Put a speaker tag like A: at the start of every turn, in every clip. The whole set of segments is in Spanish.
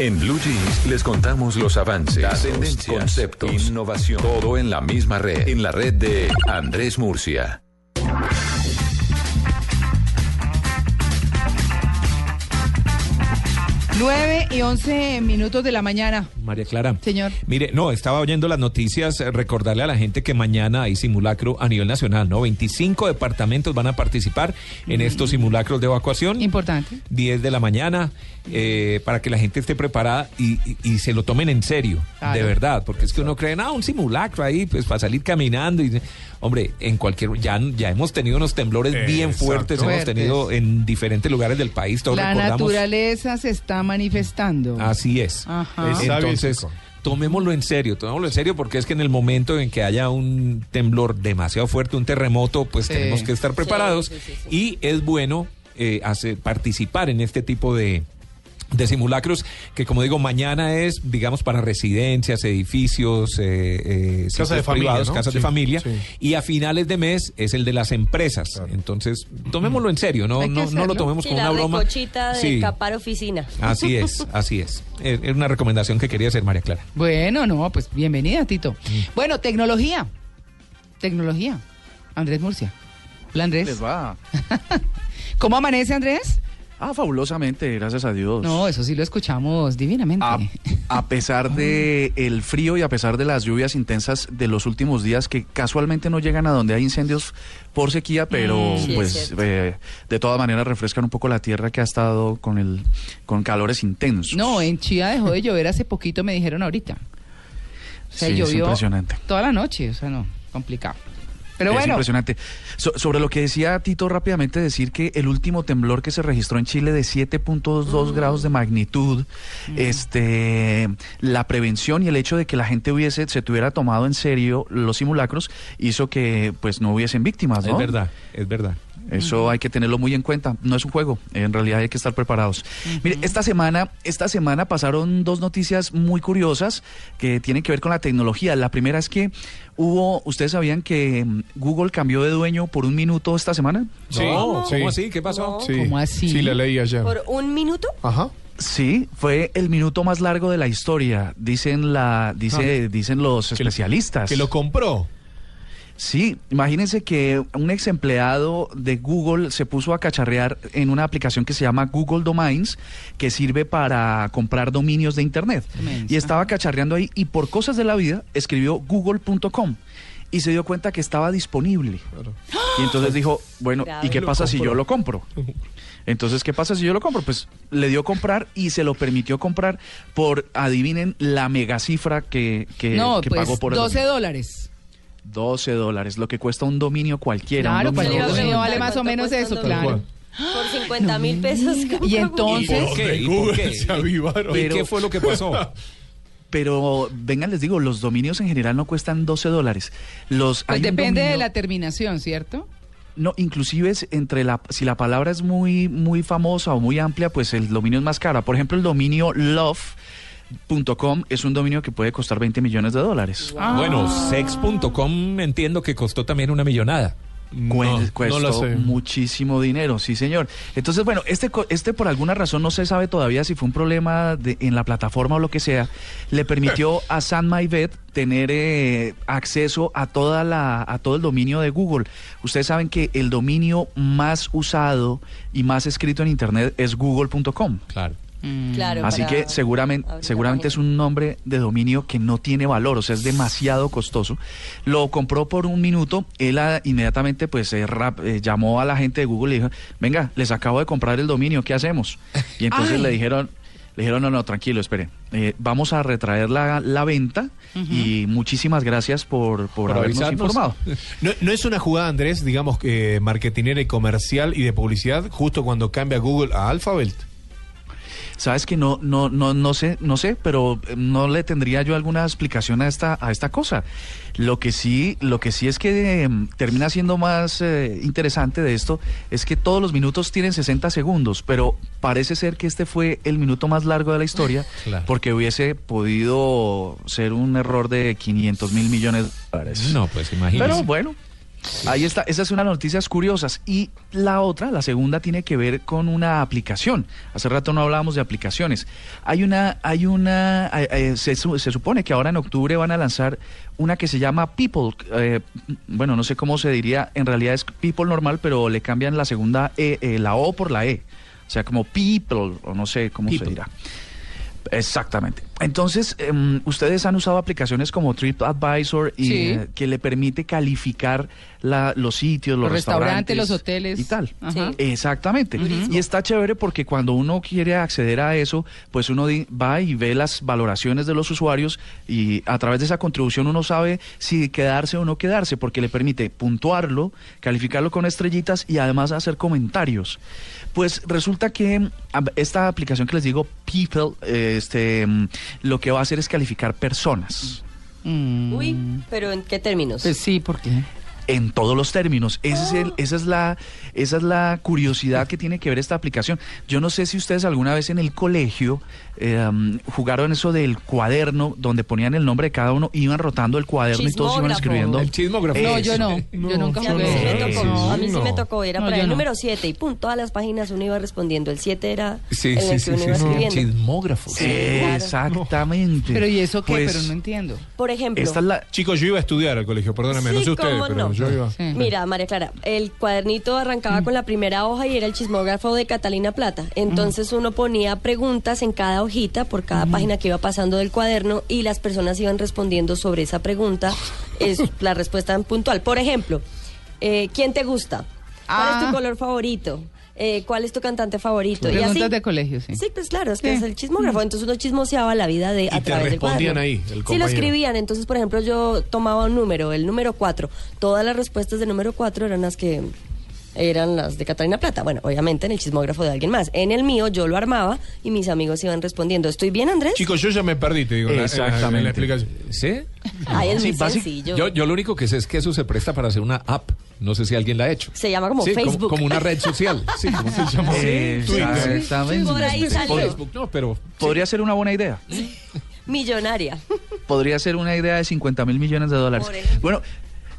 A: En Blue Jeans les contamos los avances,
B: Tendencias,
A: conceptos,
B: innovación.
A: todo en la misma red, en la red de Andrés Murcia.
C: Nueve y 11 minutos de la mañana.
D: María Clara.
C: Señor.
D: Mire, no, estaba oyendo las noticias, eh, recordarle a la gente que mañana hay simulacro a nivel nacional, ¿no? 25 departamentos van a participar en estos simulacros de evacuación.
C: Importante.
D: 10 de la mañana, eh, para que la gente esté preparada y, y- y se lo tomen en serio,
C: Claro.
D: de verdad, porque es que uno cree, ah, un simulacro ahí, pues para salir caminando. Y, hombre, en cualquier. Ya, ya hemos tenido unos temblores bien
E: Exacto.
D: fuertes, hemos
C: Fuertes.
D: tenido en diferentes lugares del país, todos
C: La
D: recordamos.
C: naturaleza se está manifestando.
D: Así es.
C: Ajá.
E: Es
D: Entonces,
E: sabio,
D: tomémoslo en serio, tomémoslo en serio porque es que en el momento en que haya un temblor demasiado fuerte, un terremoto, pues
C: Sí.
D: tenemos que estar preparados y es bueno eh, hacer- participar en este tipo de de simulacros que como digo mañana es digamos para residencias edificios eh, eh,
E: Casa de
D: sitios
E: familia,
D: privados
E: ¿no?
D: casas de
E: Sí,
D: familia
E: sí.
D: y a finales de mes es el de las empresas entonces tomémoslo en serio no
C: Hay que
D: no, no
C: hacerlo.
D: lo tomemos
F: Sí,
D: como
F: la
D: pues, una broma
F: recochita de
D: Sí.
F: escapar oficina.
D: Así es, así es. Es es una recomendación que quería hacer María Clara.
C: Bueno, no, pues bienvenida, Tito.
G: Mm.
C: Bueno, tecnología. Tecnología. Andrés Murcia. Hola, Andrés.
G: Les va.
C: ¿Cómo amanece, Andrés?
G: Ah, fabulosamente, gracias a Dios.
C: No, eso sí lo escuchamos divinamente.
G: A, a pesar de el frío y a pesar de las lluvias intensas de los últimos días que casualmente no llegan a donde hay incendios por sequía, pero
F: Mm, sí, es
G: pues
F: cierto.
G: eh, de todas maneras refrescan un poco la tierra que ha estado con el con calores intensos.
C: No, en Chía dejó de llover hace poquito, me dijeron ahorita. O sea,
G: Sí, es
C: llovió
G: impresionante.
C: toda la noche, o sea, no, complicado. Pero
G: es
C: bueno,
G: impresionante. So- sobre lo que decía Tito rápidamente, decir que el último temblor que se registró en Chile de 7.2 grados de magnitud,
C: Mm.
G: este, la prevención y el hecho de que la gente hubiese, se tuviera tomado en serio los simulacros, hizo que pues no hubiesen
E: ¿Ah,
G: víctimas, ¿no?
D: Es verdad, es verdad.
G: Eso hay que tenerlo muy en cuenta. No es un juego. En realidad hay que estar preparados. Mire, esta semana, esta semana pasaron dos noticias muy curiosas que tienen que ver con la tecnología. La primera es que hubo, ustedes sabían que mm, Google cambió de dueño por un minuto esta semana.
E: Sí,
D: No,
E: sí.
D: ¿Cómo así? ¿Qué pasó?
E: Sí.
C: ¿Cómo así?
E: Sí, la leí ayer.
F: ¿Por un minuto?
E: Ajá.
G: Sí, fue el minuto más largo de la historia, dicen la, dice, dicen los
E: Ah. Que lo-
G: especialistas.
E: Que lo compró.
G: Sí, imagínense que un ex empleado de Google se puso a cacharrear en una aplicación que se llama Google Domains, que sirve para comprar dominios de Internet.
C: Mensa.
G: Y estaba cacharreando ahí y por cosas de la vida escribió google.com y se dio cuenta que estaba disponible. Y entonces dijo, bueno, ¿y
F: Grave.
G: qué
F: Lo
G: pasa si yo lo compro? Entonces, ¿qué pasa si yo lo compro? Pues le dio comprar y se lo permitió comprar por, adivinen, la mega cifra que, que,
C: no,
G: que
C: pues
G: pagó por el
C: 12
G: dominio.
C: dólares.
G: 12 dólares, lo que cuesta un dominio cualquiera.
C: Claro,
G: un
C: pues,
G: dominio
C: Dios
G: de
C: mío,
G: Google.
C: vale más o
F: ¿Cuánto
C: menos
F: cuesta un
C: eso,
F: dominio?
C: claro.
F: Por 50 mil pesos.
C: Y
F: compra
C: entonces-
E: Los
D: ¿Qué?
E: de
D: ¿Y por
E: Google
D: qué?
E: se avivaron.
D: ¿Y
G: Pero-
D: qué fue lo que pasó?
G: Pero vengan, les digo, los dominios en general no cuestan 12 dólares. Los,
C: Pues
G: hay un
C: depende de
G: dominio-
C: la terminación, ¿cierto?
G: No, inclusive es entre la, si la palabra es muy, muy famosa o muy amplia, pues el dominio es más cara. Por ejemplo, el dominio love.com es un dominio que puede costar 20 millones de dólares.
D: Bueno, sex.com entiendo que costó también una millonada.
G: Cuen-
E: No,
G: cuestó
E: no lo sé.
G: muchísimo dinero, sí señor. Entonces, bueno, este, co- este por alguna razón no se sabe todavía si fue un problema de- en la plataforma o lo que sea, le permitió a San Maivet tener eh, acceso a, toda la, a todo el dominio de Google. Ustedes saben que el dominio más usado y más escrito en Internet es google.com.
D: Claro.
F: Claro.
G: Así
F: para
G: que seguramente,
F: abrir la
G: seguramente es
F: página.
G: un nombre de dominio que no tiene valor, o sea, es demasiado costoso. Lo compró por un minuto, él ah, inmediatamente pues eh, rap- eh, llamó a la gente de Google y dijo, venga, les acabo de comprar el dominio, ¿qué hacemos? Y entonces
C: Ay.
G: le dijeron... Le dijeron, no, no, tranquilo, espere. eh, vamos a retraer la, la venta y muchísimas gracias por, por,
D: Por
G: habernos
D: avisarnos.
G: informado.
E: No, no es una jugada, Andrés, digamos, eh, que marketinera y comercial y de publicidad, justo cuando cambia Google a Alphabet.
G: Sabes que no, no, no, no sé, no sé, pero eh, no le tendría yo alguna explicación a esta, a esta cosa. Lo que sí, lo que sí es que eh, termina siendo más eh, interesante de esto es que todos los minutos tienen 60 segundos, pero parece ser que este fue el minuto más largo de la historia,
E: Claro.
G: porque hubiese podido ser un error de 500 mil millones de dólares.
D: No, pues imagínese.
G: Pero bueno, ahí está. Esa es una de las noticias curiosas. Y la otra, la segunda, tiene que ver con una aplicación. Hace rato no hablábamos de aplicaciones. Hay una, hay una, eh, eh, se, su- se supone que ahora en octubre van a lanzar una que se llama People. eh, bueno, no sé cómo se diría. En realidad es People normal, pero le cambian la segunda, E, eh, la O por la E. O sea, como People, o no sé cómo se
D: People.
G: dirá. Exactamente. Entonces, em, ustedes han usado aplicaciones como TripAdvisor y
C: Sí.
G: eh, que le permite calificar la- los sitios, los,
C: Los restaurantes, los hoteles.
G: y tal.
C: Ajá.
F: Sí.
G: Exactamente. Y está chévere porque cuando uno quiere acceder a eso, pues uno di- va y ve las valoraciones de los usuarios y a través de esa contribución uno sabe si quedarse o no quedarse porque le permite puntuarlo, calificarlo con estrellitas y además hacer comentarios. Pues resulta que mm, ab- esta aplicación que les digo, People, eh, este, mm, lo que va a hacer es calificar personas.
C: Mm,
F: Uy, pero ¿en qué términos?
C: Pues sí, porque
G: en todos los términos. Ese es el- esa, es la, esa es la curiosidad que tiene que ver esta aplicación. Yo no sé si ustedes alguna vez en el colegio eh, um, jugaron eso del cuaderno donde ponían el nombre de cada uno, iban rotando el cuaderno y todos iban
F: Chismógrafo.
G: escribiendo.
D: El chismógrafo.
C: No, yo
G: Eso.
C: no. Yo nunca
F: Sí, a mí sí
C: jugué.
F: me tocó,
E: Sí,
F: a mí sí
E: no.
F: me tocó, era
C: No,
F: para
C: yo
F: el
C: no.
F: número 7 y pum, todas las páginas uno iba respondiendo, el 7 era
D: Sí,
F: en el
D: sí,
F: que
D: sí,
F: uno
D: sí,
F: iba
D: sí,
F: escribiendo.
D: Chismógrafo.
G: Sí,
F: claro.
G: exactamente.
C: Pero ¿y eso qué?
G: Pues,
C: Pero no entiendo.
F: Por ejemplo,
G: esta es la,
E: Chicos, yo iba a estudiar al colegio, perdóname, no
F: Sí,
E: sé ustedes,
F: cómo
E: pero
F: no.
E: yo iba.
C: Sí.
F: Mira, María Clara, el cuadernito arrancaba con la primera hoja y era el chismógrafo de Catalina Plata. Entonces uno ponía preguntas en cada hojita por cada página que iba pasando del cuaderno y las personas iban respondiendo sobre esa pregunta. Es la respuesta en puntual. Por ejemplo, eh, ¿quién te gusta? ¿Cuál es
C: Ah.
F: tu color favorito? Eh, ¿Cuál es tu cantante favorito? Y
C: Preguntas
F: así-
C: de colegio, sí.
F: Sí, pues claro, es que
C: Sí.
F: es el chismógrafo. Entonces uno chismoseaba la vida de
E: te
F: a través del
E: respondían
F: cuaderno.
E: ahí, el
F: Sí,
E: compañero.
F: lo escribían. Entonces, por ejemplo, yo tomaba un número, el número 4. Todas las respuestas del número 4 eran las que eran las de Catalina Plata. Bueno, obviamente en el chismógrafo de alguien más. En el mío yo lo armaba y mis amigos iban respondiendo. ¿Estoy bien, Andrés?
E: Chicos, yo ya me perdí, te digo, en la- en la- en la
G: Exactamente.
E: explicación.
D: ¿Sí?
F: Ay, es
D: Sí,
F: muy
D: básic-
F: sencillo.
D: yo, yo lo único que sé es que eso se presta para hacer una app. No sé si alguien la ha hecho.
F: Se llama como
D: Sí, Como,
F: Facebook.
D: una red social. Sí, como se llama.
G: Exactamente.
F: Por ahí salió.
D: Facebook, no, pero
G: Podría ser una buena idea.
F: Millonaria.
G: podría ser una idea de 50 mil millones de dólares.
F: Por ejemplo.
G: Bueno,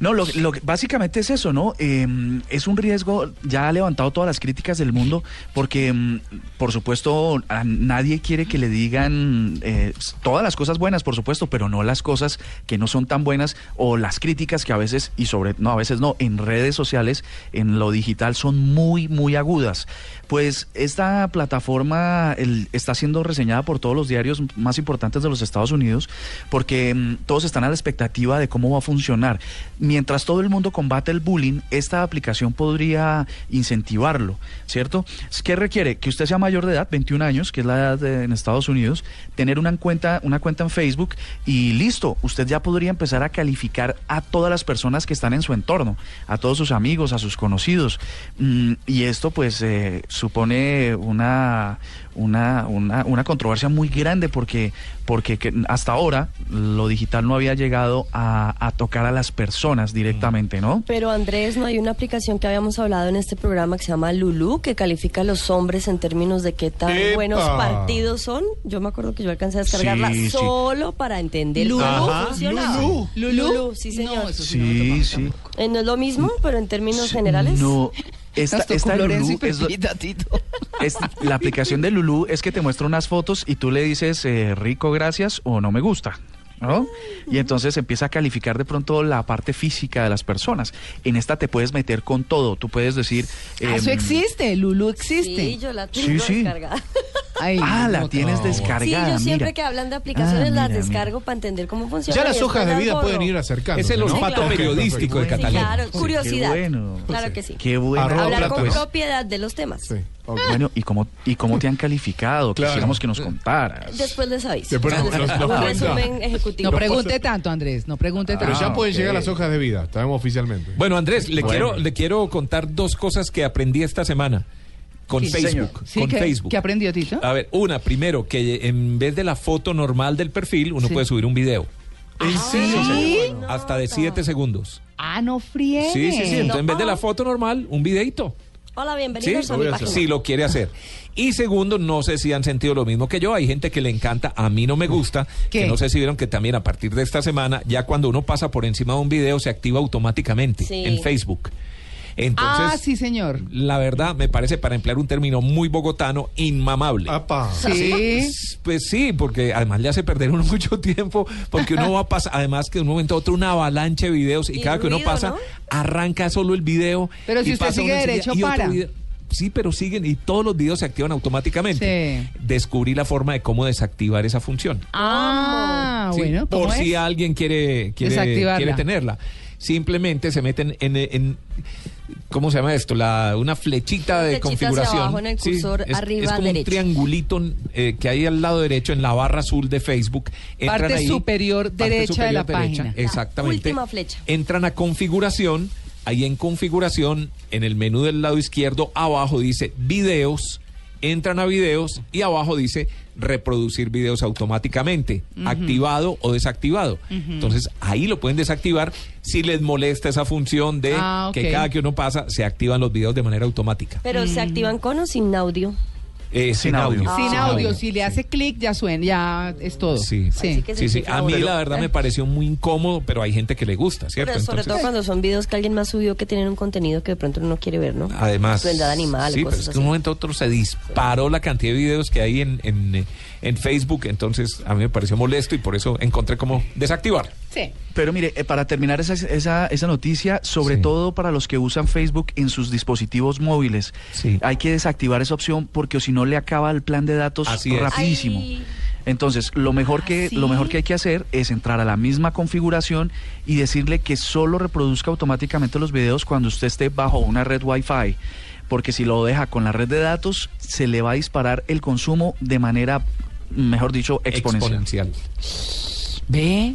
G: no, lo, lo que- básicamente es eso, ¿no? Eh, es un riesgo, ya ha levantado todas las críticas del mundo, porque, mm, por supuesto, a nadie quiere que le digan eh, s- todas las cosas buenas, por supuesto, pero no las cosas que no son tan buenas o las críticas que a veces, y sobre, no, a veces no, en redes sociales, en lo digital, son muy, muy agudas. Pues esta plataforma el- está siendo reseñada por todos los diarios más importantes de los Estados Unidos porque mm, todos están a la expectativa de cómo va a funcionar. Mientras todo el mundo combate el bullying, esta aplicación podría incentivarlo, ¿cierto? Es- ¿Qué requiere? Que usted sea mayor de edad, 21 años, que es la edad de- en Estados Unidos, tener una cuenta, una cuenta en Facebook y listo, usted ya podría empezar a calificar a todas las personas que están en su entorno, a todos sus amigos, a sus conocidos. Mm, y esto pues eh, supone una, una, una, una controversia muy grande porque, porque que- hasta ahora lo digital no había llegado a, a tocar a las personas directamente, ¿no?
F: Pero Andrés, ¿no hay una aplicación que habíamos hablado en este programa que se llama Lulu, que califica a los hombres en términos de qué tan
E: ¡Epa!
F: buenos partidos son? Yo me acuerdo que yo alcancé a descargarla
E: Sí, sí.
F: solo para entender
C: Lulu.
F: cómo
E: Ajá.
F: funcionaba.
E: Lulu.
F: Lulu, sí señor.
C: No,
F: Eh,
C: eso
F: No,
C: sí, no lo tocaba tampoco.
F: Eh, es lo mismo, pero en términos generales.
G: No, esta,
C: Nos tocó
G: esta
C: Lorenzo y
G: Lulú es,
C: Pepita, Tito.
G: es- la aplicación de Lulú es que te muestra unas fotos y tú le dices eh, rico, gracias o no me gusta. ¿no? Y entonces empieza a calificar de pronto la parte física de las personas. En esta te puedes meter con todo. Tú puedes decir.
C: Ah, Eso
G: em,
C: existe, Lulu existe.
E: este.
F: Sí, yo la
G: Sí,
F: tengo
G: sí.
F: descargada.
C: Ay,
G: Ah, la
C: no,
G: tienes
F: Sí,
G: descargada.
F: yo siempre
G: mira.
F: que hablan de aplicaciones las
G: Ah, mira, mira.
F: descargo para entender cómo funciona.
E: Ya
F: y
E: las
F: después
E: hojas de
F: las
E: vida pueden
F: borro.
E: ir acercando.
D: Es el olfato
F: claro.
D: periodístico de
F: Sí,
D: Catalina.
F: claro, curiosidad.
G: Pues bueno.
F: Claro que sí.
G: Qué bueno.
E: Arroba
F: Hablar
E: plata,
F: con
E: pues.
F: propiedad de los temas.
E: Sí. ok.
G: Bueno, ¿y cómo, ¿y cómo te han calificado?
E: Claro.
G: Quisiéramos que nos contaras.
F: Después les aviso.
E: Después nos-
F: Les-
E: nos- nos
F: un
E: cuenta.
F: resumen
C: No
F: ejecutivo.
C: pregunte tanto, Andrés, no pregunte
G: Ah,
C: tanto.
E: Pero ya
G: ok.
E: pueden llegar las hojas de vida, sabemos oficialmente.
D: Bueno, Andrés, le,
G: Bueno.
D: Quiero, le quiero contar dos cosas que aprendí esta semana. con
C: Sí,
D: Facebook.
G: señor.
C: Sí,
D: con
C: ¿qué-
D: Facebook. Ah,
C: qué aprendió, Tito?
D: A ver, una, primero, que en vez de la foto normal del perfil, uno
C: Sí.
D: puede subir un video.
F: Ah,
C: Ah, ¿Sí?
D: Hasta de 7 segundos.
C: Ah, no friegues.
D: Sí, sí, sí. Entonces, en vez de la
F: No.
D: foto normal, un videito.
F: Hola,
D: Sí,
F: bienvenidos a mi página.
D: si lo quiere hacer. Y segundo, no sé si han sentido lo mismo que yo. Hay gente que le encanta, a mí no me gusta.
C: ¿Qué?
D: Que no sé si vieron que también a partir de esta semana, ya cuando uno pasa por encima de un video, se activa automáticamente
F: Sí.
D: en Facebook. Entonces,
C: ah, sí, señor.
D: la verdad, me parece, para emplear un término muy bogotano, inmamable.
E: Apa.
C: Sí.
D: Pues sí, porque además le hace perder uno mucho tiempo, porque uno va a pasar, además que de un momento a otro una avalancha de videos y,
F: Y
D: cada que uno
F: ruido,
D: pasa,
F: ¿no?
D: arranca solo el video.
C: Pero
D: y
C: si usted
D: pasa
C: sigue
D: uno enseguida
C: derecho,
D: y otro
C: para.
D: video. Sí, pero siguen y todos los videos se activan automáticamente.
C: Sí.
D: Descubrí la forma de cómo desactivar esa función.
C: Ah,
D: Sí,
C: bueno, ¿cómo
D: por si
C: es?
D: alguien quiere, quiere,
C: Desactivarla.
D: quiere tenerla. Simplemente se meten en, en- ¿cómo se llama esto? La, una flechita de
F: Flechita hacia
D: configuración.
F: abajo en el cursor
D: es,
F: arriba
D: es como un
F: derecho.
D: triangulito eh, que hay al lado derecho en la barra azul de Facebook. Entran
C: Parte
D: ahí,
C: superior derecha de la página.
D: Exactamente.
F: última flecha.
D: Entran a configuración. Ahí en configuración, en el menú del lado izquierdo, abajo dice videos. Entran a videos y abajo dice reproducir videos automáticamente, activado o desactivado. Entonces ahí lo pueden desactivar si les molesta esa función de
C: Ah,
D: que
C: ok.
D: cada que uno pasa se activan los videos de manera automática.
F: Pero se
E: Mm.
F: activan con o sin audio.
D: Eh, sin,
G: Sin
D: audio.
G: audio.
C: Sin
F: Ah,
C: audio, si le hace clic ya suena, ya es todo.
D: Sí.
C: sí.
F: que
D: Sí, sí. A mí
F: Pero-
D: la verdad me pareció muy incómodo, pero hay gente que le gusta, ¿cierto?
F: Pero sobre todo
D: Entonces-
F: cuando son videos que alguien más subió que tienen un contenido que de pronto uno no quiere ver, ¿no?
D: Además.
F: Crueldad animal,
D: sí, pero
F: cosas
D: es que
F: así.
D: un momento a otro se disparó la cantidad de videos que hay en, en, eh, en Facebook, entonces a mí me pareció molesto y por eso encontré cómo desactivar.
C: Sí.
G: Pero mire, eh, para terminar esa, esa, esa noticia, sobre
D: Sí.
G: todo para los que usan Facebook en sus dispositivos móviles,
D: Sí.
G: hay que desactivar esa opción porque o si no le acaba el plan de datos
D: Así es.
G: rapidísimo.
F: Ay.
G: Entonces, lo mejor, que,
C: Ah, ¿sí?
G: lo mejor que hay que hacer es entrar a la misma configuración y decirle que solo reproduzca automáticamente los videos cuando usted esté bajo una red Wi-Fi. Porque si lo deja con la red de datos, se le va a disparar el consumo de manera, mejor dicho, exponencial.
C: Ve,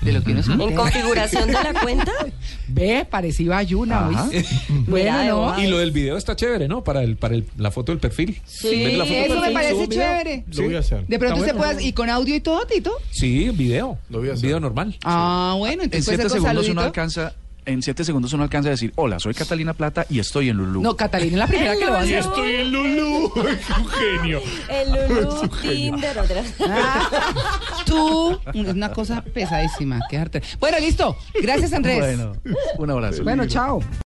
C: de lo que uno se
F: En
C: entera.
F: configuración de la cuenta,
C: Ve, parecía ayuna,
G: Ajá.
C: ¿oíste? Bueno,
F: Mira,
C: no.
F: Eva.
D: Y lo del video está chévere, ¿no? Para, el, para el- la foto del perfil.
F: Sí,
D: En vez de la foto del
C: eso me
D: perfil,
C: parece
D: subo un video.
C: chévere.
E: Lo voy a hacer.
C: De pronto
E: Está
C: se
E: bueno.
C: puede, y con audio y todo, Tito.
D: Sí, video.
E: Lo voy a hacer.
D: Video normal.
C: Ah, bueno,
G: En
C: entonces puede
G: siete
C: ser con
G: segundos uno
C: saludito.
G: alcanza, en siete segundos uno alcanza a decir, hola, soy Catalina Plata y estoy en Lulú.
C: No, Catalina es la primera que lo va a
F: Y
C: hacer.
F: estoy
E: en Lulú. Un genio.
F: el Lulú, Tinder, otras.
C: Ah, tú, es una cosa pesadísima, qué arte. Bueno, listo. Gracias, Andrés.
G: Bueno, un abrazo.
C: bueno chao.